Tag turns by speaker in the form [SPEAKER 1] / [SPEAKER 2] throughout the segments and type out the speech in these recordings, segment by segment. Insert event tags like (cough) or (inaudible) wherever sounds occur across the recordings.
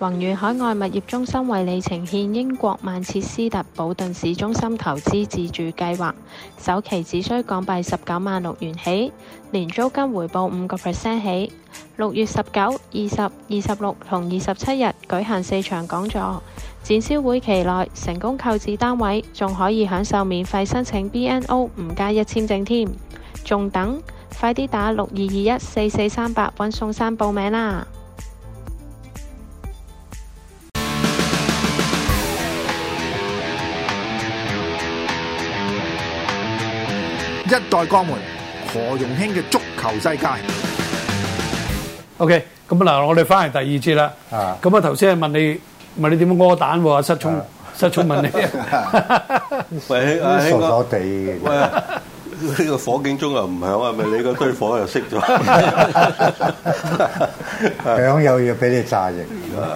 [SPEAKER 1] 宏遠海外物業中心為你呈現英國曼徹斯特保頓市中心投資自住計劃，首期只需港幣十九萬六元起，年租金回報五個 percent 起。六月十九、二十、二十六同二十七日舉行四場講座，展銷會期內成功購置單位，仲可以享受免費申請 BNO 唔加一簽證添。仲等？快啲打六二二一四四三八揾宋生報名啦！
[SPEAKER 2] 一代鋼門何容興嘅足球世界。
[SPEAKER 3] OK，咁嗱，我哋翻嚟第二節啦。
[SPEAKER 2] 啊
[SPEAKER 3] 咁啊，頭先係問你問你點樣屙蛋喎？失聰失聰問你，
[SPEAKER 4] 喂，阿
[SPEAKER 5] 傻
[SPEAKER 4] 興
[SPEAKER 5] 傻
[SPEAKER 4] 哥，
[SPEAKER 5] 地嘅。
[SPEAKER 4] 喂，呢個火警鐘又唔響，係咪你個堆火又熄 (laughs) 咗？
[SPEAKER 5] (laughs) 響又要俾你炸型，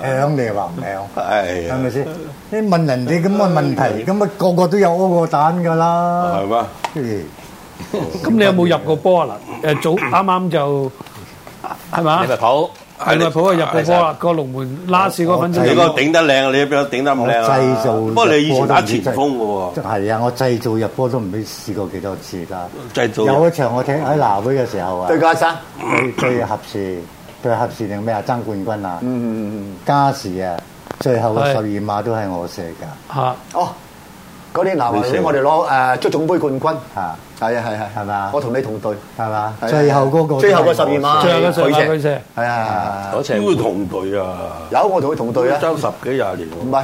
[SPEAKER 5] 響你又話唔響，
[SPEAKER 4] 係啊
[SPEAKER 5] 係咪先？你問人哋咁嘅問題，咁啊個個都有屙過蛋㗎啦
[SPEAKER 4] 係。嘛？
[SPEAKER 5] 咦
[SPEAKER 3] 咁你有冇入過波啊？嗱，誒早啱啱就係嘛？
[SPEAKER 6] 利物浦
[SPEAKER 3] 係利物浦啊入過波啦，個龍門拉屎嗰分
[SPEAKER 5] 我
[SPEAKER 3] 鐘
[SPEAKER 4] 你
[SPEAKER 5] 我
[SPEAKER 4] 個頂得靚，你邊個頂得咁
[SPEAKER 5] 我
[SPEAKER 4] 靚啊
[SPEAKER 5] 製造
[SPEAKER 4] 不過你以前打前鋒
[SPEAKER 5] 嘅
[SPEAKER 4] 嘅
[SPEAKER 5] 喎，係啊！我製造入波都唔知試過幾多次啦。
[SPEAKER 4] 製造
[SPEAKER 5] 有一場我踢喺南會嘅時候啊，
[SPEAKER 6] 對加山，
[SPEAKER 5] 對對合時對合時定咩啊爭冠軍啊，
[SPEAKER 4] 嗯
[SPEAKER 5] 加時啊，最後嘅
[SPEAKER 3] 係
[SPEAKER 5] 十二碼都係我射㗎， (laughs)
[SPEAKER 3] 嚇，
[SPEAKER 6] 哦，嗰年南華
[SPEAKER 4] 你射
[SPEAKER 6] 隊我哋攞誒足總杯冠軍，
[SPEAKER 5] 嚇
[SPEAKER 6] 係啊係係
[SPEAKER 5] 係咪啊
[SPEAKER 6] 我同你同隊，
[SPEAKER 5] 係嘛？
[SPEAKER 6] 係啊
[SPEAKER 5] 最後嗰個
[SPEAKER 6] 最後嗰十二碼
[SPEAKER 3] 最後嗰場佢射，
[SPEAKER 6] 係啊，
[SPEAKER 4] 喎，超同隊啊，
[SPEAKER 6] 有我同佢同隊啊，
[SPEAKER 4] 爭十幾廿年喎。
[SPEAKER 6] 唔係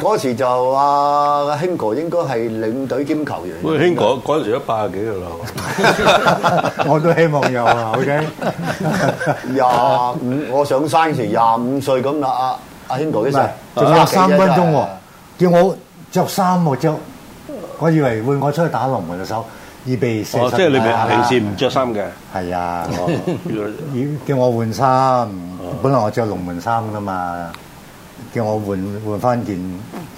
[SPEAKER 6] 嗰時就阿興哥應該係領隊兼球員，
[SPEAKER 4] 喂，興哥嗰陣時都八十幾嘅啦，
[SPEAKER 5] 我都希望有啊，OK。
[SPEAKER 6] 廿五，我上山時廿五歲咁啦，阿阿興哥
[SPEAKER 5] 唔
[SPEAKER 6] 一
[SPEAKER 5] 係
[SPEAKER 6] 陣，
[SPEAKER 5] 仲有三分鐘喎，叫我着衫喎着，我以為會我出去打龍門嘅手，以備射
[SPEAKER 4] 哦，
[SPEAKER 5] 失
[SPEAKER 4] 即係你
[SPEAKER 5] 誤啊
[SPEAKER 4] 平時唔着衫 (laughs) 嘅，
[SPEAKER 5] 係啊，要叫我換衫，本來我着龍門衫噶嘛，叫我換換翻件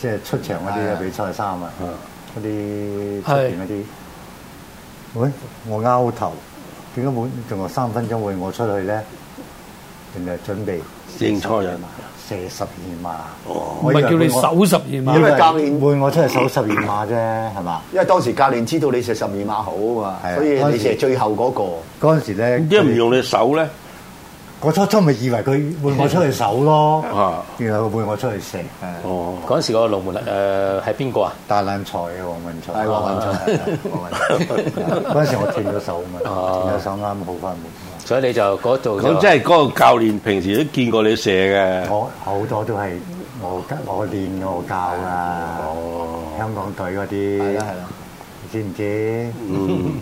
[SPEAKER 5] 即係出場嗰啲嘅比賽衫啊，嗰啲出邊嗰啲，喂，我拗頭，點解會仲有三分鐘會我出去咧？原來準備
[SPEAKER 4] 認錯人。
[SPEAKER 5] 射十二碼，
[SPEAKER 3] 哦唔
[SPEAKER 5] 我以為
[SPEAKER 3] 係叫你
[SPEAKER 5] 會我
[SPEAKER 3] 守十二
[SPEAKER 5] 因
[SPEAKER 3] 碼，
[SPEAKER 5] 為
[SPEAKER 6] 為
[SPEAKER 5] 教
[SPEAKER 6] 教
[SPEAKER 5] 練
[SPEAKER 6] 練
[SPEAKER 5] 換我出去守十二碼啫，係嘛？
[SPEAKER 6] 因為當時教練知道你射十二碼好啊
[SPEAKER 5] 係啊
[SPEAKER 6] 嘛，所以
[SPEAKER 5] 嗰
[SPEAKER 6] 你
[SPEAKER 5] 時
[SPEAKER 6] 射最後嗰個。
[SPEAKER 5] 嗰陣時咧，
[SPEAKER 4] 點解唔用你手咧？
[SPEAKER 5] 我初初咪以為佢換我出去守咯
[SPEAKER 4] 啊，
[SPEAKER 5] 原來佢換我出去射，啊
[SPEAKER 4] 哦，
[SPEAKER 7] 嗰陣時個龍門誒係邊個啊？
[SPEAKER 5] 大冷菜嘅黃文才，
[SPEAKER 6] 係黃
[SPEAKER 5] 文才，黃文才。 (laughs) 嗰陣時我斷咗手啊嘛，斷咗手啱啱好翻門。
[SPEAKER 7] 所以你就嗰度就
[SPEAKER 4] 咁即係嗰個教練平時都見過你射嘅。
[SPEAKER 5] 我好多都係我我練我教啦，香港隊嗰啲，
[SPEAKER 6] 係啦係啦
[SPEAKER 5] 你知唔知？
[SPEAKER 4] 嗯，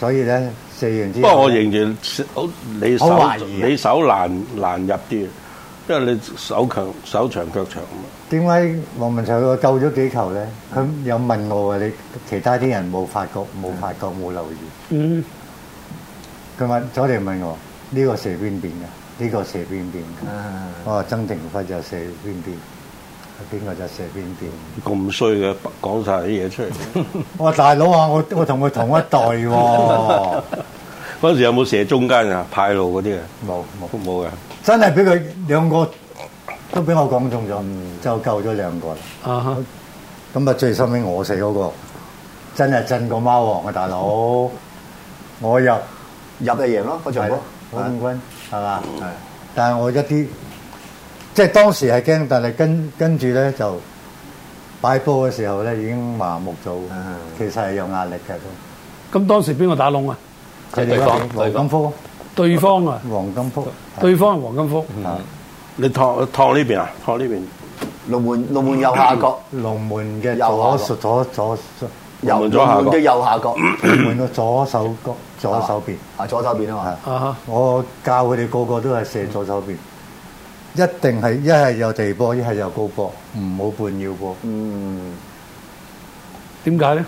[SPEAKER 5] 所以咧射完
[SPEAKER 4] 不
[SPEAKER 5] 之
[SPEAKER 4] 過
[SPEAKER 5] 後
[SPEAKER 4] 我
[SPEAKER 5] 咧，
[SPEAKER 4] 仍然好你
[SPEAKER 5] 啊我
[SPEAKER 4] 手
[SPEAKER 5] 懷疑啊
[SPEAKER 4] 你手難難入啲，因為你手強手長腳長啊嘛。
[SPEAKER 5] 點解黃文才佢救咗幾球咧？佢有問我嘅，你其他啲人冇發覺、冇發覺、冇留意。
[SPEAKER 3] 嗯，
[SPEAKER 5] 佢問走嚟問我呢、個射邊邊嘅，呢、個射邊邊嘅。我話曾庭輝就射邊邊，邊個就射邊邊。
[SPEAKER 4] 咁衰嘅，講晒啲嘢出嚟。
[SPEAKER 5] 我話大佬啊，我我同佢同一代喎、
[SPEAKER 4] 嗰陣時有冇射中間啊？派路嗰啲啊？
[SPEAKER 5] 冇冇，
[SPEAKER 4] 冇嘅。
[SPEAKER 5] 真係俾佢兩個都俾我講中咗，就救咗兩個啦。
[SPEAKER 3] 啊哈，
[SPEAKER 5] 咁啊，最收尾我死嗰、個，真係震過貓王啊，大佬！我又
[SPEAKER 6] 入就贏咯，嗰場
[SPEAKER 5] 係
[SPEAKER 6] 波啊
[SPEAKER 5] 咯，攞冠軍係嘛？但係我一啲即係當時係驚，但係跟跟住咧就擺波嘅時候咧已經麻木咗，
[SPEAKER 7] 啊
[SPEAKER 5] 其實係有壓力嘅都。
[SPEAKER 3] 咁當時邊個打窿啊？
[SPEAKER 5] 佢哋
[SPEAKER 7] 對
[SPEAKER 5] 嗰
[SPEAKER 7] 方
[SPEAKER 5] 邊黃金福，
[SPEAKER 3] 對方啊，
[SPEAKER 5] 黃金福，啊
[SPEAKER 3] 對方係黃金福，
[SPEAKER 4] 你托托呢邊啊？托呢邊
[SPEAKER 6] 龍門龍門右下角，
[SPEAKER 5] 龍門嘅
[SPEAKER 6] 右
[SPEAKER 5] 左
[SPEAKER 6] 下
[SPEAKER 5] 手左左
[SPEAKER 4] 龍
[SPEAKER 6] 右
[SPEAKER 4] 門
[SPEAKER 6] 門
[SPEAKER 4] 左下角嗯
[SPEAKER 6] 嘅右下角，
[SPEAKER 5] 龍門嘅左手角左手邊。
[SPEAKER 6] 啊左手邊啊嘛。
[SPEAKER 3] 啊哈，
[SPEAKER 5] 我教佢哋個個都係射左手邊，一定係一係有地波，一係有高波，唔好半腰波。
[SPEAKER 6] 嗯，
[SPEAKER 3] 點解咧？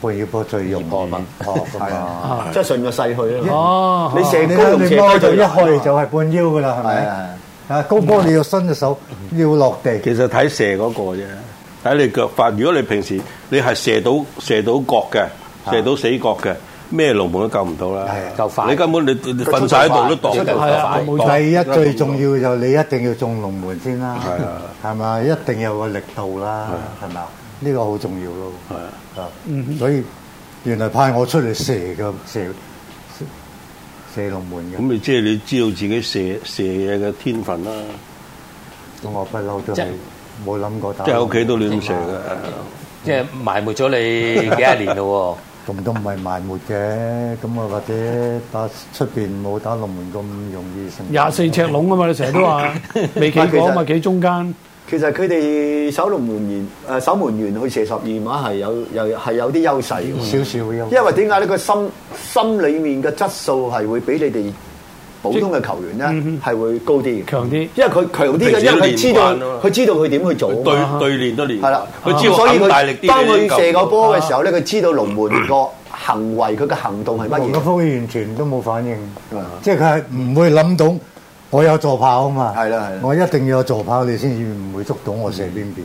[SPEAKER 5] 半腰波最容易哦
[SPEAKER 7] 破嘛
[SPEAKER 5] 學㗎嘛。
[SPEAKER 6] 即係順個勢去啊咯。
[SPEAKER 3] 哦，
[SPEAKER 6] 你射
[SPEAKER 5] 啊你
[SPEAKER 6] 高同
[SPEAKER 5] 你
[SPEAKER 6] 射
[SPEAKER 5] 摸
[SPEAKER 6] 低
[SPEAKER 5] 到
[SPEAKER 6] 就
[SPEAKER 5] 一
[SPEAKER 6] 一開
[SPEAKER 5] 去就係半腰㗎啦，係
[SPEAKER 6] 係嗯
[SPEAKER 5] 咪？
[SPEAKER 6] 啊，
[SPEAKER 5] 啊，高波你要伸隻手，要落地。
[SPEAKER 4] 其實睇射嗰個啫，睇你腳法。如果你平時你係射到射到角嘅，射到死角嘅，咩龍門都救唔到啦。
[SPEAKER 7] 夠快
[SPEAKER 4] 你根本你你
[SPEAKER 6] 佢出
[SPEAKER 4] 瞓晒喺度都
[SPEAKER 6] 得
[SPEAKER 4] 擋
[SPEAKER 6] 快
[SPEAKER 3] 係
[SPEAKER 4] 到。
[SPEAKER 3] 啊，冇錯。
[SPEAKER 5] 第一最重要就你一定要中龍門先啦，
[SPEAKER 4] 係啊
[SPEAKER 5] 係咪？一定有個力度啦，
[SPEAKER 6] 啊
[SPEAKER 5] 係咪？呢個好重要咯。係啊，所以原來派我出嚟射嘅射射射龍門嘅
[SPEAKER 4] 咁，你即係你知道自己射射嘢嘅天分啦，
[SPEAKER 5] 咁我不嬲都
[SPEAKER 7] 即
[SPEAKER 5] 係
[SPEAKER 7] 係
[SPEAKER 5] 冇諗過打。
[SPEAKER 6] 啊
[SPEAKER 4] 即係喺屋企都亂射嘅。
[SPEAKER 7] 即係埋沒咗你幾廿年咯
[SPEAKER 5] 咁都唔係埋沒嘅，咁啊或者打出邊冇打龍門咁容易成。
[SPEAKER 3] 廿四尺籠啊嘛，你成日都話未企過啊嘛，企中間。
[SPEAKER 6] 其實佢哋守龍門員誒守門員去射十二碼係有有係有啲優勢嘅喎。
[SPEAKER 5] 少少嘅
[SPEAKER 4] 嗯
[SPEAKER 5] 優勢
[SPEAKER 6] 因為點解呢個心心裏面嘅質素係會比你哋普通嘅球員咧
[SPEAKER 3] 嗯
[SPEAKER 6] 係會高啲嘅，
[SPEAKER 3] 強啲
[SPEAKER 6] 因為佢強啲
[SPEAKER 4] 平
[SPEAKER 6] 嘅，
[SPEAKER 4] 時
[SPEAKER 6] 因
[SPEAKER 4] 都
[SPEAKER 6] 為佢知
[SPEAKER 4] 練
[SPEAKER 6] 道
[SPEAKER 4] 慣啊嘛
[SPEAKER 6] 佢知道佢點去做啊嘛。
[SPEAKER 4] 喎， (laughs) 對對練都練。
[SPEAKER 6] 係啦，
[SPEAKER 4] 佢只要
[SPEAKER 6] 所以
[SPEAKER 4] 肯大力
[SPEAKER 6] 佢
[SPEAKER 4] 啲，啊
[SPEAKER 6] 當
[SPEAKER 4] 你
[SPEAKER 6] 佢
[SPEAKER 4] 就
[SPEAKER 6] 射個波嘅時候咧，佢知道龍門個行為佢嘅行動係乜
[SPEAKER 5] 黃
[SPEAKER 6] 嘢
[SPEAKER 5] 家。峰完全都冇反應，即係佢係唔會諗到我有助跑啊嘛。
[SPEAKER 6] 係啦係啦
[SPEAKER 5] 我一定要有助跑，你先至唔會捉到我射邊邊。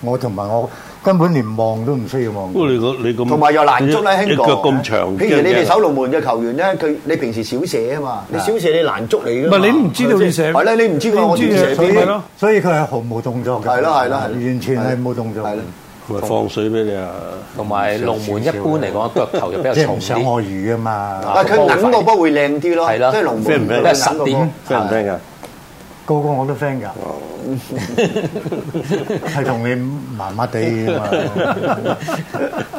[SPEAKER 5] 我同埋我根本連望都唔需要望
[SPEAKER 4] 不。過你個你咁，
[SPEAKER 6] 同埋又難捉咧，
[SPEAKER 4] 你
[SPEAKER 6] 興
[SPEAKER 4] 腳
[SPEAKER 6] 哥。
[SPEAKER 4] 咁長，啊
[SPEAKER 6] 譬如你哋守龍門嘅球員咧，佢你平時少射啊嘛，你少射你難捉你㗎嘛。
[SPEAKER 3] 唔係你都唔知道你射
[SPEAKER 6] 係啦，你唔知佢我點射
[SPEAKER 5] 所以
[SPEAKER 3] 你唔知
[SPEAKER 6] 邊
[SPEAKER 3] 佢。咯
[SPEAKER 5] 所以佢係毫無動作嘅。
[SPEAKER 6] 係咯係咯係咯
[SPEAKER 5] 完全係冇動作
[SPEAKER 6] 係
[SPEAKER 5] 嘅
[SPEAKER 6] 咯。
[SPEAKER 4] 咪放水俾你啊！
[SPEAKER 7] 喎，同埋龍門一般嚟講腳頭就比較
[SPEAKER 5] 即係
[SPEAKER 7] 重
[SPEAKER 5] 唔想
[SPEAKER 7] 啲，
[SPEAKER 5] 我魚啊嘛，
[SPEAKER 6] 但係佢揞個波會靚啲咯，
[SPEAKER 7] 係啦
[SPEAKER 6] 即係龍門
[SPEAKER 4] friend 唔 friend？
[SPEAKER 6] 佢揞個波
[SPEAKER 7] 因為實點
[SPEAKER 4] friend 唔 friend 㗎？
[SPEAKER 5] 個個我都 friend 㗎， (laughs) 係同你麻麻地㗎嘛，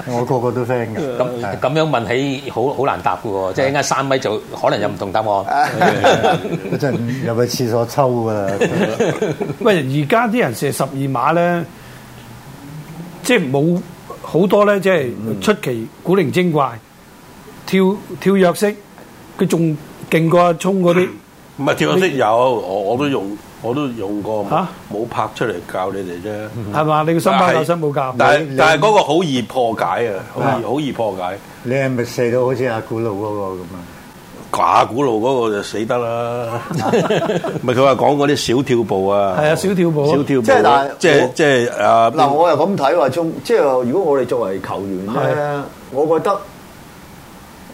[SPEAKER 5] 我個個都 friend 㗎。
[SPEAKER 7] 咁咁樣問起好好難答嘅喎，即係一間三米就可能有唔同答案。
[SPEAKER 5] 嗰陣入去廁所抽㗎啦，
[SPEAKER 3] 喂，而家啲人射十二碼咧，即係冇好多咧，即係出奇古靈精怪，跳跳躍式，佢仲勁過阿聰嗰啲。
[SPEAKER 4] 唔係跳式有，我我都用，我都用過，
[SPEAKER 3] 嚇
[SPEAKER 4] 冇拍出嚟教你哋啫。
[SPEAKER 3] 係嘛？你個心包教心冇教，
[SPEAKER 4] 但係
[SPEAKER 5] 你
[SPEAKER 4] 但係嗰個好易破解啊，好易好易破解。
[SPEAKER 5] 你係咪射到好似阿古路嗰個咁啊？
[SPEAKER 4] 假古路嗰個就死得
[SPEAKER 6] (laughs)
[SPEAKER 4] 啦，咪佢話講嗰啲小跳步啊，
[SPEAKER 3] 係啊小跳步啊
[SPEAKER 4] 小跳
[SPEAKER 6] 即係
[SPEAKER 4] 步
[SPEAKER 6] 但
[SPEAKER 4] 啊
[SPEAKER 6] 係，
[SPEAKER 4] 即
[SPEAKER 6] 我
[SPEAKER 4] 係即係啊！
[SPEAKER 6] 嗱，我又咁睇話中，即係如果我哋作為球員咧，我覺得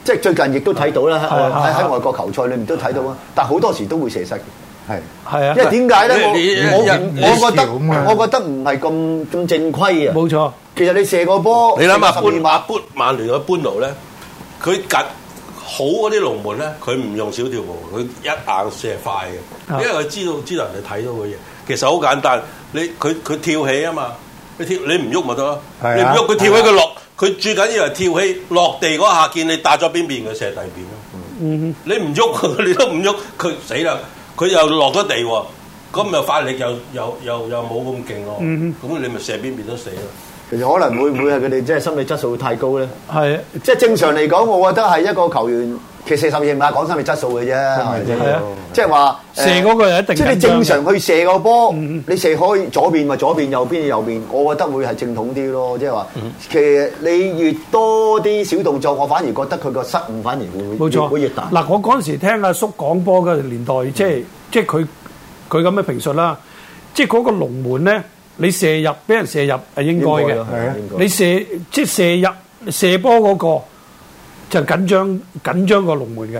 [SPEAKER 6] 即係最近亦都睇到啦，
[SPEAKER 3] 係
[SPEAKER 6] 喺
[SPEAKER 3] 係
[SPEAKER 6] 喺外國球賽裏面都睇到啊，但好多時都會射失嘅。
[SPEAKER 5] 係。
[SPEAKER 3] 係啊
[SPEAKER 6] 因，為點解
[SPEAKER 4] 你
[SPEAKER 6] 咧？我我
[SPEAKER 4] 你
[SPEAKER 6] 我覺得
[SPEAKER 5] 你少嘛
[SPEAKER 6] 我覺得唔係咁咁正規啊。
[SPEAKER 3] 冇錯，
[SPEAKER 6] 其實你射個波，
[SPEAKER 4] 哦你諗下
[SPEAKER 6] 射
[SPEAKER 4] 搬
[SPEAKER 6] 個十二碼
[SPEAKER 4] 馬搬曼聯嘅搬奴咧，佢近好嗰啲龍門咧，佢唔用小跳步，佢一硬射快
[SPEAKER 3] 啊
[SPEAKER 4] 嘅，因為佢知道知道人哋睇到嘅嘢。其實好簡單，你佢佢跳起啊嘛，你跳你唔喐咪得咯，
[SPEAKER 5] 係啊
[SPEAKER 4] 你唔喐佢跳起佢落，佢最緊要係跳起落地嗰下見你打咗邊邊，佢射第二邊咯。
[SPEAKER 3] 嗯
[SPEAKER 4] 你唔喐 (laughs) 佢，你都唔喐，佢死啦！佢又落咗地喎，咁又發力又又又又冇咁勁咯，
[SPEAKER 3] 嗯
[SPEAKER 4] 咁你咪射邊邊都死啦。
[SPEAKER 6] 其實可能會唔會係佢哋即係心理質素太高咧？
[SPEAKER 3] 哼，係
[SPEAKER 6] 即係正常嚟講，我覺得係一個球員，其實射十二碼講心理質素嘅啫，係咪先
[SPEAKER 3] 係啊
[SPEAKER 6] 即係話誒
[SPEAKER 3] 射嗰個人一定
[SPEAKER 6] 即係你
[SPEAKER 3] 緊張
[SPEAKER 6] 正
[SPEAKER 3] 嘅嗯
[SPEAKER 6] 常去射個波，你射開左邊咪左邊，右邊右邊，我覺得會係正統啲咯。即係話，
[SPEAKER 4] 嗯
[SPEAKER 6] 其實你越多啲小動作，我反而覺得佢個失誤反而會
[SPEAKER 3] 冇
[SPEAKER 6] 越
[SPEAKER 3] 錯。
[SPEAKER 6] 會越大。
[SPEAKER 3] 嗱，我嗰陣時聽阿叔講波嘅年代，即係即係佢佢咁嘅評述啦，即係嗰個龍門咧，你射入俾人射入係應該
[SPEAKER 6] 應
[SPEAKER 3] 嘅
[SPEAKER 6] 咯。係啊應該
[SPEAKER 3] 你射即係射入射波嗰、個就緊張緊張過龍門嘅，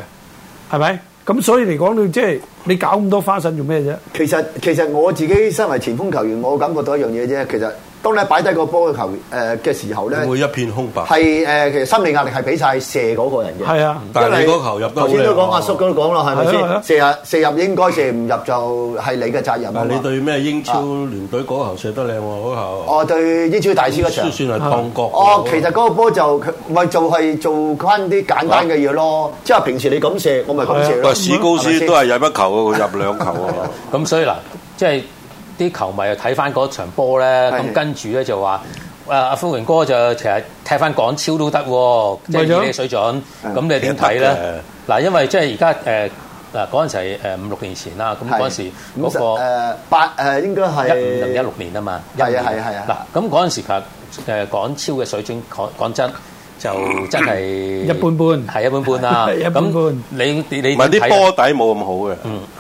[SPEAKER 3] 係咪？咁所以嚟講，你即係你搞咁多花神做咩啫？
[SPEAKER 6] 其實其實我自己身為前鋒球員，我感覺到一樣嘢啫。其實當你擺低個波嘅球誒嘅時候咧，
[SPEAKER 4] 會一片空白。
[SPEAKER 6] 係誒其實心理壓力係俾晒射嗰個人嘅。
[SPEAKER 3] 啊係啊，
[SPEAKER 4] 但係你
[SPEAKER 6] 因為
[SPEAKER 4] 嗰球入得好
[SPEAKER 6] 頭先都
[SPEAKER 4] 靚
[SPEAKER 6] 講
[SPEAKER 4] 喎
[SPEAKER 6] 阿叔都講啦，係
[SPEAKER 3] 係
[SPEAKER 6] 咪
[SPEAKER 3] 啊係啊
[SPEAKER 6] 先？射入射入應該射唔入就係你嘅責任啊
[SPEAKER 4] 嗱，
[SPEAKER 6] 嘛
[SPEAKER 4] 你對咩英超聯隊嗰球射得靚喎，嗰球
[SPEAKER 6] 哦，對英超大師嗰
[SPEAKER 4] 算。
[SPEAKER 6] 場
[SPEAKER 4] 係當角。
[SPEAKER 6] 哦，其實嗰個波就佢咪就係做翻啲簡單嘅嘢咯，即係平時你咁射，我咪咁射
[SPEAKER 4] 喂
[SPEAKER 6] 咯。
[SPEAKER 4] 史高斯都係入一球喎，佢入兩球喎。
[SPEAKER 7] 咁所以嗱，即係啲球迷又睇翻嗰場波咧，
[SPEAKER 6] 係
[SPEAKER 7] 咁跟住咧就話。誒阿歡榮哥就其實踢翻港超都得喎，即係
[SPEAKER 3] 咪咗
[SPEAKER 7] 以你水準，咁你點
[SPEAKER 4] 其實
[SPEAKER 7] 睇
[SPEAKER 4] 得
[SPEAKER 7] 咧？嗱，因為即係而家誒嗱嗰陣時係誒五六年前啦，咁
[SPEAKER 6] 係
[SPEAKER 7] 啊嗰陣時
[SPEAKER 6] 五十
[SPEAKER 7] 嗰個
[SPEAKER 6] 誒八誒應該係
[SPEAKER 7] 一五零一六年啊嘛，
[SPEAKER 6] 係啊
[SPEAKER 7] 15
[SPEAKER 6] 係啊係啊
[SPEAKER 7] 嗱咁嗰陣時其實誒港超嘅水準講講真。
[SPEAKER 4] (clears throat)
[SPEAKER 7] 就真係一
[SPEAKER 3] 般般
[SPEAKER 7] 係一般般啦。
[SPEAKER 3] 一般般
[SPEAKER 7] 咁你你你
[SPEAKER 4] 唔係啲
[SPEAKER 7] 睇啊
[SPEAKER 4] 波底冇咁好嘅，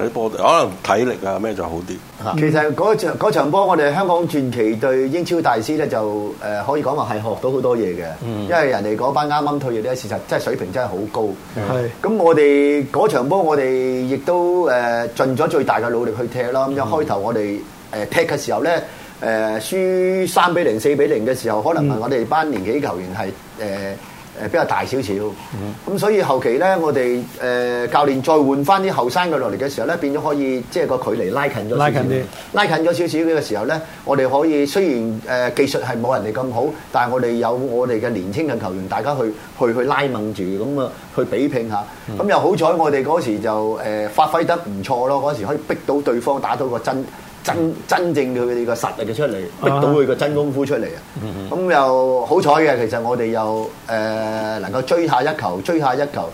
[SPEAKER 4] 啲波底可能體力啊咩就好啲。
[SPEAKER 6] 其實嗰場嗰場波，我哋香港傳奇對英超大師咧，就誒、呃可以講話係學到好多嘢嘅，因為人哋嗰班啱啱退役咧，事實真係水平真係好高。
[SPEAKER 3] 係
[SPEAKER 6] 咁我哋嗰場波，我哋亦都誒、呃、盡咗最大嘅努力去踢啦。咁一開頭我哋誒、呃踢嘅時候咧，誒、呃、輸三比零、四比零嘅時候，可能係我哋班年紀球員係誒。呃誒比較大少少，咁、所以後期咧，我哋誒、呃教練再換翻啲後生嘅落嚟嘅時候咧，變咗可以即係個距離拉近咗少少，
[SPEAKER 3] 拉近啲
[SPEAKER 6] 拉近咗少少嘅時候咧，我哋可以雖然誒、呃技術係冇人哋咁好，但係我哋有我哋嘅年青嘅球員，大家去去去拉掹住咁啊，去比拼下。咁、又好彩，我哋嗰時就誒、呃、發揮得唔錯咯，嗰時可以逼到對方打到個真。真真正佢哋個實力嘅出嚟，逼到佢個真功夫出嚟啊！咁、又好彩嘅，其實我哋又誒、呃能夠追下一球，追下一球。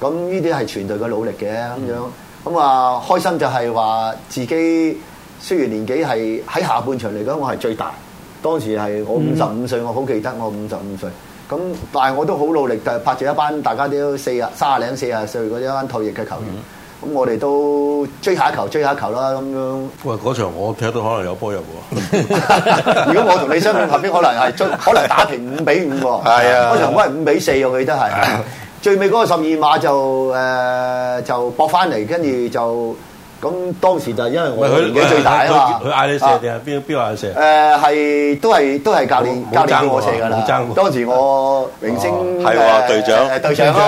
[SPEAKER 6] 咁呢啲係全隊嘅努力嘅咁樣。咁啊，開心就係話自己雖然年紀係喺下半場嚟講，我係最大。當時係我
[SPEAKER 4] 嗯
[SPEAKER 6] 五十五歲，我好記得我五十五歲。咁但係我都好努力，就拍住一班大家都四啊三啊零四啊歲嗰啲一班退役嘅球
[SPEAKER 4] 嗯
[SPEAKER 6] 員。咁我哋都追下一球，追下一球啦咁
[SPEAKER 4] (laughs)
[SPEAKER 6] 樣。
[SPEAKER 4] 喂，嗰場我踢到可能有波入喎。
[SPEAKER 6] 如果我同你相比，頭邊可能係追，可能打平五比五喎。
[SPEAKER 4] 係啊
[SPEAKER 6] 嗰場波係五比四，我記得係。最尾嗰個十二碼就誒、呃就搏翻嚟，跟住就咁當時就因為我年紀最大啊嘛，
[SPEAKER 4] 佢佢嗌你射
[SPEAKER 6] 啊
[SPEAKER 4] 定係邊邊個嗌你射？
[SPEAKER 6] 誒呃係都係都係教練
[SPEAKER 4] 冇冇
[SPEAKER 6] 教練叫
[SPEAKER 4] 爭
[SPEAKER 6] 我
[SPEAKER 4] 喎
[SPEAKER 6] 射㗎啦
[SPEAKER 4] 冇爭喎。
[SPEAKER 6] 當時我明星
[SPEAKER 4] 哦係喎
[SPEAKER 6] 誒
[SPEAKER 4] 隊長
[SPEAKER 6] 誒隊長啊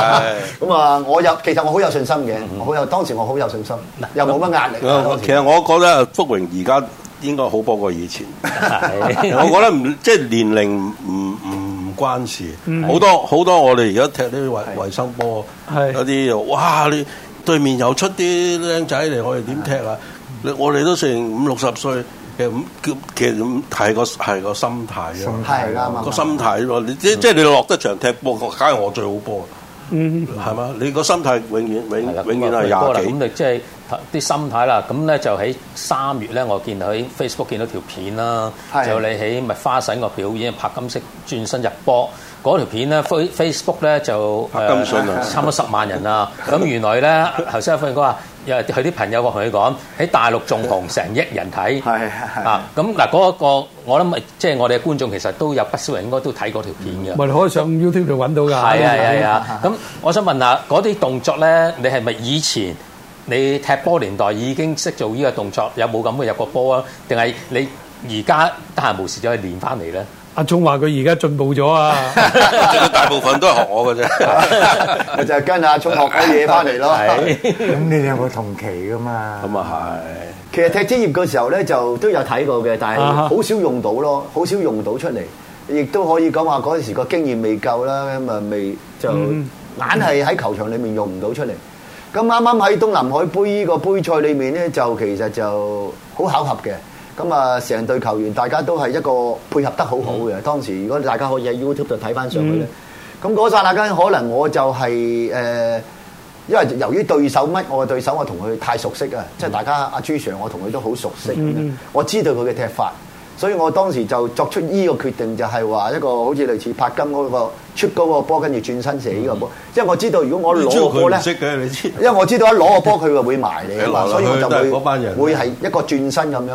[SPEAKER 4] (laughs) 係。嗯
[SPEAKER 6] 咁啊，我有其實我好有信心嘅，我好有當時我好有信心，又冇乜壓力。啊當時
[SPEAKER 4] 啊其實我覺得福榮而家應該好波過以前。
[SPEAKER 7] 啊
[SPEAKER 4] (laughs)
[SPEAKER 7] 係
[SPEAKER 4] 我覺得唔即係年齡唔唔唔關事，好多好多我哋而家踢呢啲衞衞生波，
[SPEAKER 3] 係
[SPEAKER 4] 有啲又哇你對面又出啲僆仔嚟，我哋點踢啊？你我哋都成五六十歲，其實咁其實咁係個係個心態啫嘛。
[SPEAKER 6] 係啱啊
[SPEAKER 4] 個心態咯，你即即係你落得場踢波，梗係我最好波，
[SPEAKER 3] 嗯，
[SPEAKER 4] 係嘛？你個心態永遠
[SPEAKER 7] 係啦
[SPEAKER 4] 永
[SPEAKER 7] 咁
[SPEAKER 4] 永遠
[SPEAKER 7] 啊過啦
[SPEAKER 4] 係廿
[SPEAKER 7] 咁
[SPEAKER 4] 幾，
[SPEAKER 7] 你即係啲心態啦。咁咧就喺三月咧，我見到喺 Facebook 見到條片啦，
[SPEAKER 6] 係
[SPEAKER 7] 就你喺麥花臣個表演拍金色轉身入波嗰條片咧，Face Facebook 咧就
[SPEAKER 4] 拍金信啊
[SPEAKER 7] 呃差唔多十
[SPEAKER 4] (laughs)
[SPEAKER 7] 萬人啊。咁原來咧頭先阿輝哥話，有佢啲朋友話同佢講喺大陸仲紅成億人睇，
[SPEAKER 6] 係係
[SPEAKER 7] 啊。咁嗱嗰個我諗即係我哋嘅觀眾其實都有不少人應該都睇過條片嘅。
[SPEAKER 3] 咪可以上 YouTube 度揾到㗎。
[SPEAKER 7] 係啊係啊，咁我想問下，嗰啲動作咧，你係咪以前你踢波年代已經識做呢個動作？有冇咁嘅入過波啊？定係你而家得閒無事就去練翻嚟咧？
[SPEAKER 3] 阿聰話佢而家進步咗啊，
[SPEAKER 4] (laughs) 即係佢大部分都係學我嘅啫。
[SPEAKER 6] 我就係跟阿聰學嗰啲嘢翻嚟 (laughs) 咯。
[SPEAKER 7] 係
[SPEAKER 5] 咁你哋有個同期噶嘛？
[SPEAKER 4] 咁啊係。
[SPEAKER 6] 其實踢職業嘅時候咧，就都有睇過嘅，但係
[SPEAKER 3] 啊哈
[SPEAKER 6] 好少用到咯，好少用到出嚟，亦都可以講話嗰陣時個經驗未夠啦，咁啊未就
[SPEAKER 3] 嗯
[SPEAKER 6] 硬係喺球場裡面用唔到出嚟。咁啱啱喺東南海杯呢個杯賽裡面咧，就其實就好巧合嘅。咁啊，成隊球員大家都係一個配合得好好
[SPEAKER 3] 嗯
[SPEAKER 6] 嘅。當時如果大家可以喺 YouTube 度睇翻上去咧，咁嗰剎那間可能我就係、呃誒。因為由於對手乜，我嘅對手我同佢太熟悉啊，即
[SPEAKER 4] 嗯
[SPEAKER 6] 係大家阿朱 Sir 我同佢都好熟悉，啊我知道佢嘅踢法，所以我當時就作出呢個決定，就係話一個好似類似柏金嗰個出嗰個波，跟住轉身射呢個波，因為我知道如果我攞個波咧
[SPEAKER 4] 嗯你。知道佢唔識嘅，你知。
[SPEAKER 6] 因為我知道一攞個波佢就會埋你啊嘛，
[SPEAKER 4] 你來來去去
[SPEAKER 6] 所以我就
[SPEAKER 4] 都係
[SPEAKER 6] 會
[SPEAKER 4] 嗰班人嗯
[SPEAKER 6] 會係一個轉身咁樣。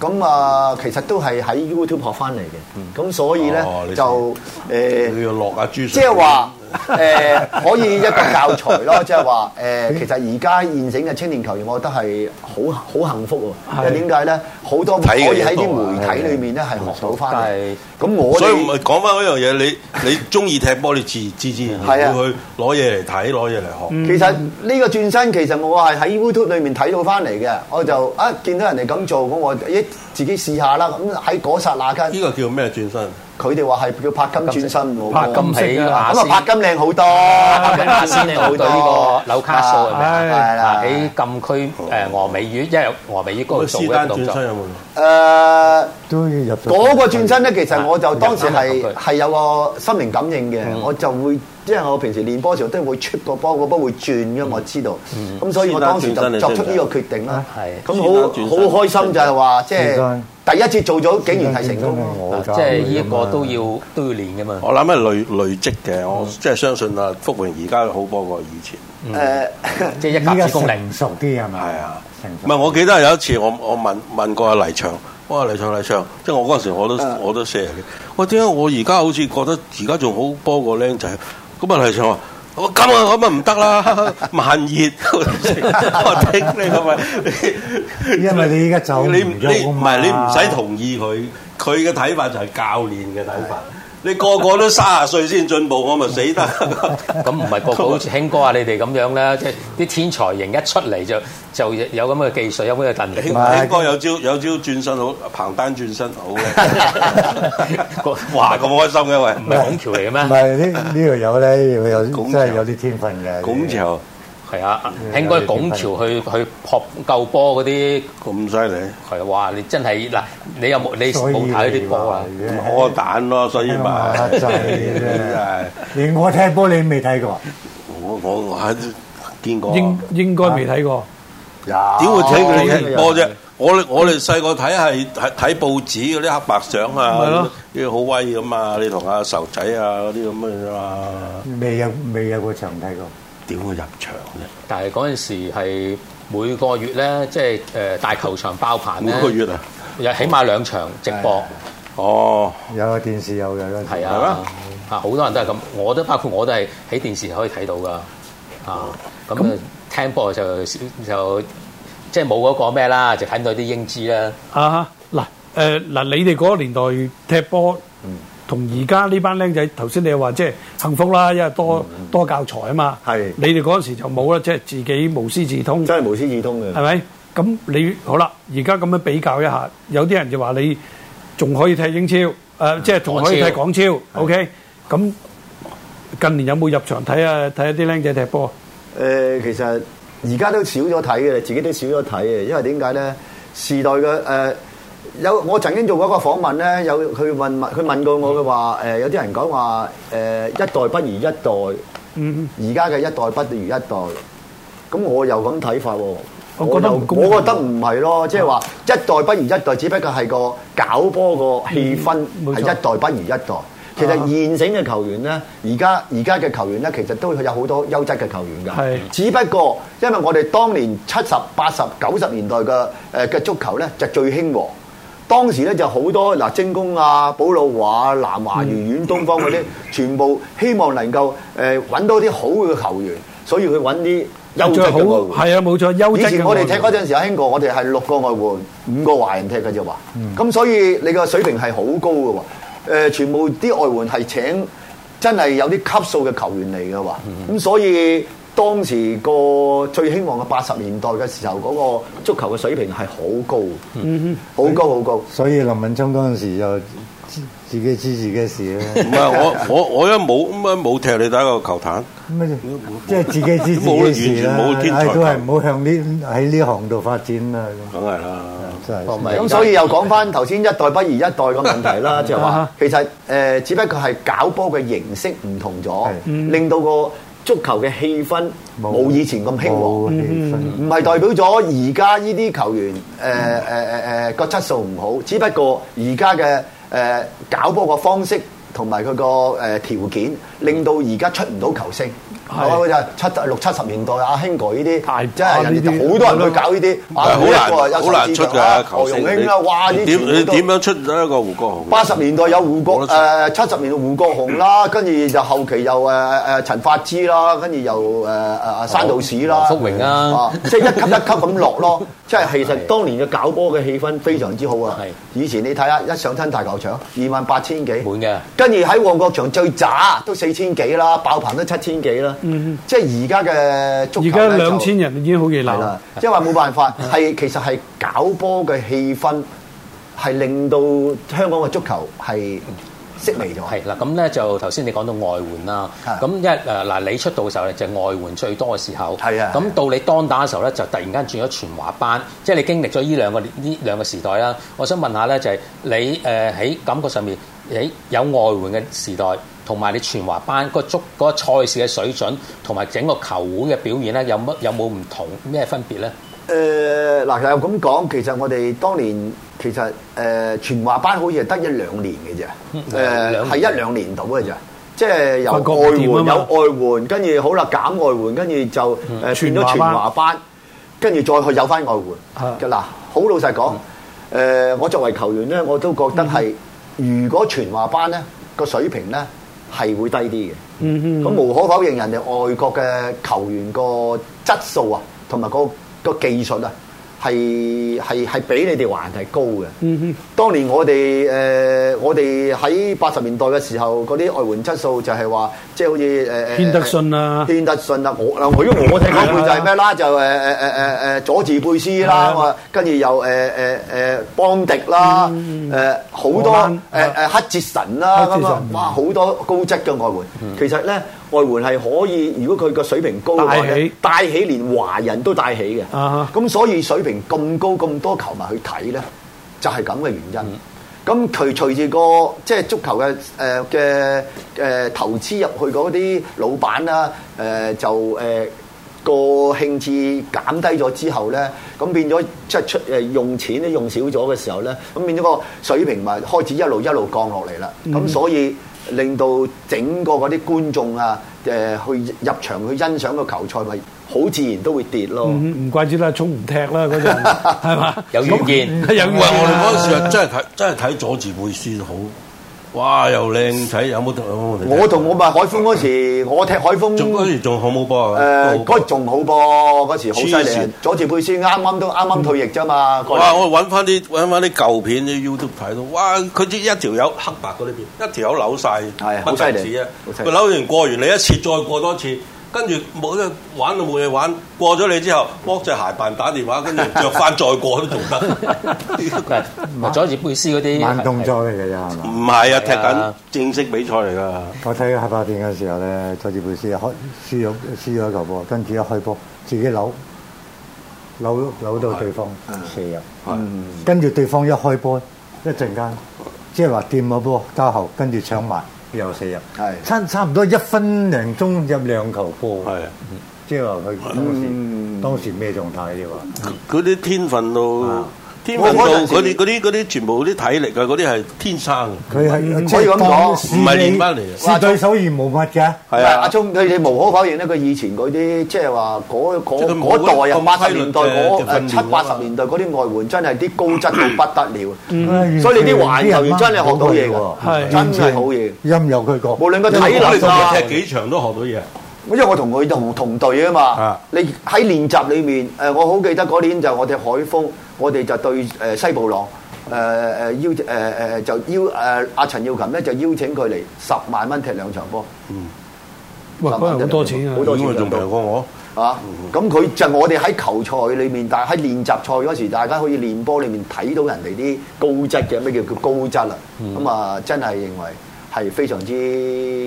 [SPEAKER 6] 咁啊，其實都係喺 YouTube 學翻嚟嘅。咁所以咧
[SPEAKER 4] 哦你
[SPEAKER 6] 就呃誒。
[SPEAKER 4] 你要落阿朱 Sir
[SPEAKER 6] 即係話誒可以一個教材咯， (laughs) 即係話誒，其實而家現成嘅青年球員，我覺得係好好幸福喎。因為點解咧？好多可
[SPEAKER 4] 睇嘅嘢
[SPEAKER 6] 以喺啲
[SPEAKER 4] 多啊
[SPEAKER 6] 媒體裏面咧係學到翻嚟。咁
[SPEAKER 4] 多
[SPEAKER 6] 我
[SPEAKER 4] 所以唔
[SPEAKER 6] 哋
[SPEAKER 4] 係講翻嗰樣嘢，你你中意踢波，你自自自然
[SPEAKER 6] 係啊
[SPEAKER 4] 然
[SPEAKER 6] 嗯
[SPEAKER 4] 會去攞嘢嚟睇，攞嘢嚟學。
[SPEAKER 7] 嗯
[SPEAKER 6] 其實呢個轉身其實我係喺 YouTube 裏面睇到翻嚟嘅，我就啊見到人哋咁做，咁我咦自己試下啦。咁喺嗰剎那間
[SPEAKER 4] 呢。個叫咩轉身？
[SPEAKER 6] 佢哋話係叫柏金轉身喎，
[SPEAKER 3] 柏金
[SPEAKER 7] 色啊
[SPEAKER 6] 咁啊柏金靚好多，柏金
[SPEAKER 7] 亞仙
[SPEAKER 6] 靚好
[SPEAKER 7] 對呢
[SPEAKER 6] 多，
[SPEAKER 7] 個紐卡素係咪啊
[SPEAKER 6] 係係啦
[SPEAKER 7] 啊，喺禁區誒峨眉月，因為峨眉月嗰度
[SPEAKER 4] 咁
[SPEAKER 7] 做
[SPEAKER 4] 斯
[SPEAKER 7] 一個
[SPEAKER 4] 丹
[SPEAKER 7] 動
[SPEAKER 4] 轉
[SPEAKER 7] 作
[SPEAKER 4] 身。有冇？
[SPEAKER 6] 誒。
[SPEAKER 5] 都要入咗
[SPEAKER 6] 嗰個轉身咧，其實我就
[SPEAKER 7] 嗯
[SPEAKER 6] 當時係
[SPEAKER 7] 入翻入去
[SPEAKER 5] 嗯
[SPEAKER 6] 係有個心靈感應嘅，我就會因為我平時練波嘅時候都會出個波，個波會轉
[SPEAKER 5] 嗯
[SPEAKER 6] 嘅，我知道。咁所以我當時就作出呢個決定啦。咁好好開心就係話，即係第一次做咗，竟然係成功。
[SPEAKER 5] 我
[SPEAKER 7] 即係呢一個都要都要練噶嘛。
[SPEAKER 4] 我諗係累累積嘅，我即係相信啊，福榮而家好波過以前。
[SPEAKER 6] 誒，
[SPEAKER 7] 即係一
[SPEAKER 5] 依
[SPEAKER 7] 甲
[SPEAKER 5] 家
[SPEAKER 7] 子功力。
[SPEAKER 5] 成熟啲係咪？
[SPEAKER 4] 係啊
[SPEAKER 5] 成熟
[SPEAKER 4] 唔係，我記得有一次我我問問過阿黎翔，我話黎翔黎翔，即係我嗰陣時我都我都四十幾，我點解我而家好似覺得而家仲好波過僆仔？咁啊黎翔話。我咁啊，咁啊唔得啦， (laughs) 慢熱，我頂你個咪！
[SPEAKER 5] 因為你依家就唔
[SPEAKER 4] 你唔你
[SPEAKER 5] 喐啊
[SPEAKER 4] 唔
[SPEAKER 5] 嘛
[SPEAKER 4] 係你唔使同意佢，佢嘅睇法就係教練嘅睇法。你個個都三十歲先進步，我咪死
[SPEAKER 5] (laughs)
[SPEAKER 4] 得。
[SPEAKER 7] 咁唔係個個好似興哥啊你哋咁樣啦，即係啲天才型一出嚟就就有咁嘅技術，有咁嘅能
[SPEAKER 4] 興
[SPEAKER 7] 力。
[SPEAKER 4] 興哥有招有招轉身好，彭丹轉身好
[SPEAKER 5] (laughs)
[SPEAKER 7] (laughs)
[SPEAKER 4] 嘅。哇，咁開心嘅喂！
[SPEAKER 7] 唔係孔橋嚟嘅
[SPEAKER 5] 唔
[SPEAKER 7] 咩？
[SPEAKER 5] 係呢呢條友咧，佢有
[SPEAKER 4] 拱
[SPEAKER 5] 真
[SPEAKER 4] 橋
[SPEAKER 5] 係有啲天分嘅。
[SPEAKER 4] 拱橋
[SPEAKER 7] 係啊，興哥拱橋去去撲救波嗰啲，
[SPEAKER 4] 咁犀利，
[SPEAKER 7] 係哇！你真係嗱，你有冇你
[SPEAKER 5] 所以
[SPEAKER 7] 冇睇啲波啊？
[SPEAKER 5] 你
[SPEAKER 4] 咁
[SPEAKER 5] 話
[SPEAKER 4] 開蛋咯，所以咪
[SPEAKER 5] 啊真係
[SPEAKER 4] 真 (laughs) 係
[SPEAKER 5] 連我踢波你都未睇過，
[SPEAKER 4] 我我我喺見過。
[SPEAKER 3] 應應該未睇過。
[SPEAKER 4] 點
[SPEAKER 6] 哦
[SPEAKER 5] 點
[SPEAKER 4] 會睇佢踢波啫？我哋我哋細個睇係係睇報紙嗰啲黑白相
[SPEAKER 3] 咪
[SPEAKER 4] 啊
[SPEAKER 3] 咯，
[SPEAKER 4] 啲好威咁啊！你同阿仇仔啊嗰啲咁嘅啫嘛，
[SPEAKER 5] 未有未有個場睇過。
[SPEAKER 4] 點會入場啫？
[SPEAKER 7] 但係嗰陣時係每個月咧，即係誒大球場爆棚
[SPEAKER 4] 每
[SPEAKER 7] 咧，
[SPEAKER 4] 個月啊，
[SPEAKER 7] 有起碼兩場直播，
[SPEAKER 4] 哦，
[SPEAKER 5] 有個電視有嘅嗰陣時
[SPEAKER 7] 係
[SPEAKER 4] 係咩
[SPEAKER 7] 啊，啊好多人都係咁，我都包括我都係喺電視可以睇到噶，啊咁啊聽波就就即係冇嗰個咩啦，就睇到啲英姿啦，
[SPEAKER 3] 啊嗱誒嗱，你哋嗰個年代踢波，同而家呢班僆仔，頭先你又話即係幸福啦，因為多、多教材啊嘛。
[SPEAKER 6] 係
[SPEAKER 3] 你哋嗰陣時就冇啦，即係自己無師自通，係
[SPEAKER 6] (laughs) 真係無師自通嘅。
[SPEAKER 3] 咪？咁你好啦，而家咁樣比較一下，有啲人就話你仲可以踢英超，誒、即係仲可以踢港超，OK？咁近年有冇入場睇啊？睇一啲僆仔踢波？
[SPEAKER 6] 誒、其實而家都少咗睇嘅，自己都少咗睇嘅，因為點解咧？時代嘅誒、有我曾經做過一個訪問咧，有佢問問佢問過我嘅話誒，有啲人講話誒一代不如一代，
[SPEAKER 3] 嗯，
[SPEAKER 6] 而家嘅一代不如一代，咁我又咁睇法喎。
[SPEAKER 3] 我覺得
[SPEAKER 6] 又
[SPEAKER 3] 唔公平
[SPEAKER 6] 我覺得唔係咯，即係話一代不如一代，只不過係個搞波個氣氛
[SPEAKER 3] 嗯冇錯
[SPEAKER 6] 係一代不如一代。其實
[SPEAKER 3] 啊
[SPEAKER 6] 現成嘅球員咧，而家而家嘅球員咧，其實都有好多優質嘅球員㗎。
[SPEAKER 3] 係
[SPEAKER 6] 只不過因為我哋當年七十、八十、九十年代嘅誒嘅足球咧，就最興旺。當時咧就好多嗱，精工啊、寶路華啊、南華、
[SPEAKER 3] 嗯
[SPEAKER 6] 愉園、東方嗰啲，全部希望能夠誒揾到啲好嘅球員，所以佢揾啲優質
[SPEAKER 3] 最好
[SPEAKER 6] 嘅外援。
[SPEAKER 3] 係啊，冇錯，優質
[SPEAKER 6] 以
[SPEAKER 3] 嘅
[SPEAKER 6] 前我哋踢嗰
[SPEAKER 3] 外援
[SPEAKER 6] 陣時，阿興哥，我哋係六個外援，五個華人踢嘅啫喎。
[SPEAKER 3] 嗯
[SPEAKER 6] 咁、所以你個水平係好高嘅喎。誒、全部啲外援係請真係有啲級數嘅球員嚟嘅喎。咁、
[SPEAKER 3] 嗯
[SPEAKER 6] 所以當時個最興旺嘅八十年代嘅時候，嗰、個足球嘅水平係好高，
[SPEAKER 3] 嗯
[SPEAKER 6] 好、高好高。
[SPEAKER 5] 所以林敏聰嗰陣時就知自己知自己事啦。
[SPEAKER 4] (laughs) 唔
[SPEAKER 6] (laughs)
[SPEAKER 4] 係我我我一冇咁啊冇踢你打個球壇，
[SPEAKER 5] 咩啫啊即係自己知
[SPEAKER 4] 冇
[SPEAKER 5] 自己事啦。
[SPEAKER 4] 完全冇天才
[SPEAKER 5] 唉都係唔好向呢喺呢行度發展啦。
[SPEAKER 4] 梗係啦。
[SPEAKER 5] 咁真
[SPEAKER 7] 同
[SPEAKER 5] 係。
[SPEAKER 7] 埋
[SPEAKER 6] 咁所以又講翻頭先一代不如一代嘅問
[SPEAKER 5] (laughs)
[SPEAKER 6] 題啦，就係
[SPEAKER 5] 啊
[SPEAKER 6] 話其實誒、呃只不過係搞波嘅形式唔同咗
[SPEAKER 5] 係，
[SPEAKER 6] 令到個足球嘅氣氛冇以前咁興嗯旺
[SPEAKER 5] 冇。氣氛
[SPEAKER 6] 唔係代表咗而家呢啲球員誒誒誒誒個質素唔好，只不過而家嘅誒搞波嘅方式同埋佢個誒條件，令到而家出唔到球星。
[SPEAKER 3] 係
[SPEAKER 6] 我就七六七十年代阿興哥呢
[SPEAKER 3] 大
[SPEAKER 6] 啲，即係人
[SPEAKER 3] 呢啲
[SPEAKER 6] 哋好多人去啊搞呢啲，
[SPEAKER 4] 但係好難好難出
[SPEAKER 6] 啊
[SPEAKER 4] 㗎，球星
[SPEAKER 6] 何容興啦，哇！呢
[SPEAKER 4] 你
[SPEAKER 6] 全
[SPEAKER 4] 點
[SPEAKER 6] 部
[SPEAKER 4] 你
[SPEAKER 6] 都
[SPEAKER 4] 點樣出一個胡國雄？啊
[SPEAKER 6] 八十年代有胡國
[SPEAKER 4] 冇得
[SPEAKER 6] 誒七十年代胡國雄
[SPEAKER 7] (coughs)
[SPEAKER 6] 啦，跟住就後期又誒誒陳法之啦，跟住又誒誒誒山道士啦，
[SPEAKER 7] 黃福榮啊
[SPEAKER 6] 即係一級一級咁落咯。
[SPEAKER 7] (laughs)
[SPEAKER 6] 即係其實當年嘅搞波嘅氣氛非常之好啊
[SPEAKER 7] 係！
[SPEAKER 6] 以前你睇下一上親大球場二萬八千幾，
[SPEAKER 7] 滿嘅。
[SPEAKER 6] 跟住喺旺角場最渣都四千幾啦，爆棚都七千幾啦。即係而家嘅足球
[SPEAKER 3] 嗯而
[SPEAKER 6] 呢
[SPEAKER 3] 家
[SPEAKER 6] 就
[SPEAKER 3] 兩千人已經好熱
[SPEAKER 6] 係
[SPEAKER 3] 鬧
[SPEAKER 6] 啦。，即係話冇辦法，係其實係搞波嘅氣氛係令到香港嘅足球係息微咗。
[SPEAKER 7] 係啦，咁咧就頭先你講到外援啦，
[SPEAKER 6] 係
[SPEAKER 7] 咁一誒嗱你出道嘅時候咧就外援最多嘅時候，
[SPEAKER 6] 係啊係
[SPEAKER 7] 咁
[SPEAKER 6] 啊
[SPEAKER 7] 到你當打嘅時候咧就突然間轉咗全華班，即係你經歷咗呢兩個呢兩個時代啦。我想問下咧就係你誒喺感覺上面喺有外援嘅時代，同埋你全華班個足嗰、個賽事嘅水準，同埋整個球會嘅表現咧，有乜有冇唔同咩分別咧？
[SPEAKER 6] (laughs) 誒嗱，又咁講，其實我哋當年其實誒、呃全華班好似係得一兩年嘅啫，誒係、
[SPEAKER 7] 兩年
[SPEAKER 6] 一兩年到嘅啫。即係由
[SPEAKER 3] 發覺唔
[SPEAKER 6] 外援有
[SPEAKER 3] 掂啊嘛
[SPEAKER 6] 外援，跟住好啦減外援，跟住就誒、呃、
[SPEAKER 3] 全
[SPEAKER 6] 變咗全
[SPEAKER 3] 華班
[SPEAKER 6] 華班，跟住再去有翻外
[SPEAKER 3] 啊
[SPEAKER 6] 援。嗱，好老實講，誒、我作為球員咧，我都覺得係、
[SPEAKER 3] 嗯
[SPEAKER 6] 如果全華班咧個水平咧係會低啲嘅。
[SPEAKER 3] 嗯
[SPEAKER 6] 咁無可否認，人哋外國嘅球員個質素啊，同埋個個技術啊，係係係比你哋還係高嘅。嗯當年我哋誒、呃我哋喺八十年代嘅時候，嗰啲外援質素就係話，即係好似誒誒
[SPEAKER 3] 軒德信啊
[SPEAKER 6] 軒德信啊，我嗱，我因為我踢嗰輩就係咩啦，就誒誒誒誒誒佐治貝斯啦，
[SPEAKER 3] 係
[SPEAKER 6] 咁啊跟住又誒誒誒邦迪啦，
[SPEAKER 3] 嗯
[SPEAKER 6] 誒好
[SPEAKER 3] 荷
[SPEAKER 6] 多誒
[SPEAKER 3] 蘭
[SPEAKER 6] 誒黑捷神啦，
[SPEAKER 3] 啊黑捷嗯
[SPEAKER 6] 咁
[SPEAKER 3] 神
[SPEAKER 6] 啊，哇！好多高質嘅外援。其實咧，外援係可以，如果佢個水平高嘅話
[SPEAKER 3] 帶
[SPEAKER 6] 咧
[SPEAKER 3] 起，
[SPEAKER 6] 帶起連華人都帶起嘅。
[SPEAKER 3] 啊
[SPEAKER 6] 咁所以水平咁高，咁多球迷去睇咧，就係咁嘅原因。咁佢隨住個即係足球嘅誒嘅誒投資入去嗰啲老闆啦，誒、就誒。個興致減低咗之後咧，咁變咗即係出誒用錢都用少咗嘅時候咧，咁變咗個水平咪開始一路一路降落嚟啦。咁、所以令到整個嗰啲觀眾啊，誒、去入場去欣賞個球賽，咪好自然都會跌咯。
[SPEAKER 3] 唔怪之啦，衝唔踢啦嗰
[SPEAKER 4] (laughs)
[SPEAKER 3] 陣，係嘛？
[SPEAKER 7] 有遠見
[SPEAKER 3] 有遠見
[SPEAKER 4] 喂，我哋
[SPEAKER 3] 啦
[SPEAKER 4] 嗰陣時啊，真係睇真係睇佐治貝斯好，哇，又靚仔，有冇得有冇得睇
[SPEAKER 6] 我同我咪海風嗰
[SPEAKER 4] (laughs)
[SPEAKER 6] 時，我踢海風
[SPEAKER 4] 仲嗰時仲好冇波啊？
[SPEAKER 6] 誒嗰仲好噃，嗰時好
[SPEAKER 4] 黐
[SPEAKER 6] 犀利啊
[SPEAKER 4] 線。嗯
[SPEAKER 6] 佐治貝斯啱啱都啱啱退役啫嘛。過嚟
[SPEAKER 4] 哇！我揾翻啲揾翻啲舊片啲 YouTube 睇到，哇！佢啲一條友黑白嗰啲片，一條友扭晒，
[SPEAKER 6] 係
[SPEAKER 4] 不
[SPEAKER 6] 好犀利
[SPEAKER 4] 得止啊
[SPEAKER 6] 好！犀利
[SPEAKER 4] 佢扭完過完你一次，再過多次，跟住冇得玩到冇嘢玩，過咗你之後，剝隻鞋扮打電話，跟住着翻再過都仲
[SPEAKER 6] (laughs)
[SPEAKER 4] 得。
[SPEAKER 7] 係佐治貝斯嗰啲
[SPEAKER 5] 慢動作嚟嘅啫，係嘛？
[SPEAKER 4] 唔係啊，
[SPEAKER 7] 係啊
[SPEAKER 4] 踢緊正式比賽嚟㗎。
[SPEAKER 5] 我睇黑白片嘅時候咧，佐治貝斯開輸咗輸咗球波，跟住一開波自己扭扭扭到對方射入，跟住對方一開波一陣間，即係話掂咗波交後，跟住搶埋又射入，
[SPEAKER 6] 係
[SPEAKER 5] 差差唔多一分零鐘入兩球波，
[SPEAKER 4] 係啊
[SPEAKER 5] 即係話佢當
[SPEAKER 6] 嗯
[SPEAKER 5] 時當時咩狀態啫話？
[SPEAKER 4] 嗰啲天分到
[SPEAKER 5] 啊，
[SPEAKER 4] 天分到
[SPEAKER 6] 我嗰陣時
[SPEAKER 4] 嗰啲嗰啲嗰啲全部啲體力啊，嗰啲係天生嘅。
[SPEAKER 5] 佢係
[SPEAKER 6] 可以咁講
[SPEAKER 4] 唔係練翻嚟啊嘅
[SPEAKER 5] 是對手而無物嘅。
[SPEAKER 4] 係
[SPEAKER 6] 唔係
[SPEAKER 4] 啊
[SPEAKER 6] 阿聰，佢哋無可否認咧，佢以前嗰啲即係話嗰嗰
[SPEAKER 4] 即係佢冇
[SPEAKER 6] 嗰代啊，
[SPEAKER 4] 咁
[SPEAKER 6] 八十年代
[SPEAKER 4] 規律嘅
[SPEAKER 6] 嗰
[SPEAKER 4] 嘅訓
[SPEAKER 6] 誒
[SPEAKER 4] 練
[SPEAKER 6] 七
[SPEAKER 4] 啊嘛
[SPEAKER 6] 八十年代嗰啲外援真係啲高質到不得了，
[SPEAKER 5] 嗯
[SPEAKER 6] 所以你啲環球員真係學到嘢
[SPEAKER 3] 係
[SPEAKER 6] 㗎，真係好嘢。
[SPEAKER 5] 任由佢講，
[SPEAKER 6] 無論個體
[SPEAKER 4] 我哋
[SPEAKER 6] 能啊
[SPEAKER 4] 同佢踢幾場都學到嘢。
[SPEAKER 6] 因為我同佢同同隊啊嘛
[SPEAKER 4] 啊，
[SPEAKER 6] 你喺練習裏面，誒我好記得嗰年就我哋海風，我哋就對誒西布朗，誒誒邀誒誒就邀誒阿陳耀琴咧就邀請佢嚟十萬蚊踢兩場波，
[SPEAKER 3] 喂，嗰陣好多錢啊！
[SPEAKER 6] 好多
[SPEAKER 4] 咁
[SPEAKER 6] 錢
[SPEAKER 4] 佢仲平過我。
[SPEAKER 6] 啊！咁佢就我哋喺球賽裏面，但係喺練習賽嗰時，大家可以練波裏面睇到人哋啲高質嘅咩叫叫高質啦。咁啊，真係認為係非常之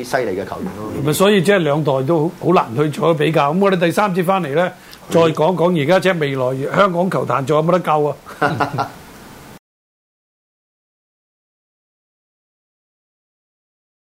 [SPEAKER 6] 犀利嘅球員咯。
[SPEAKER 3] 咪所以即係兩代都好好難去做比較。咁我哋第三節翻嚟咧，再講講而家即係未來香港球壇仲有冇得救啊？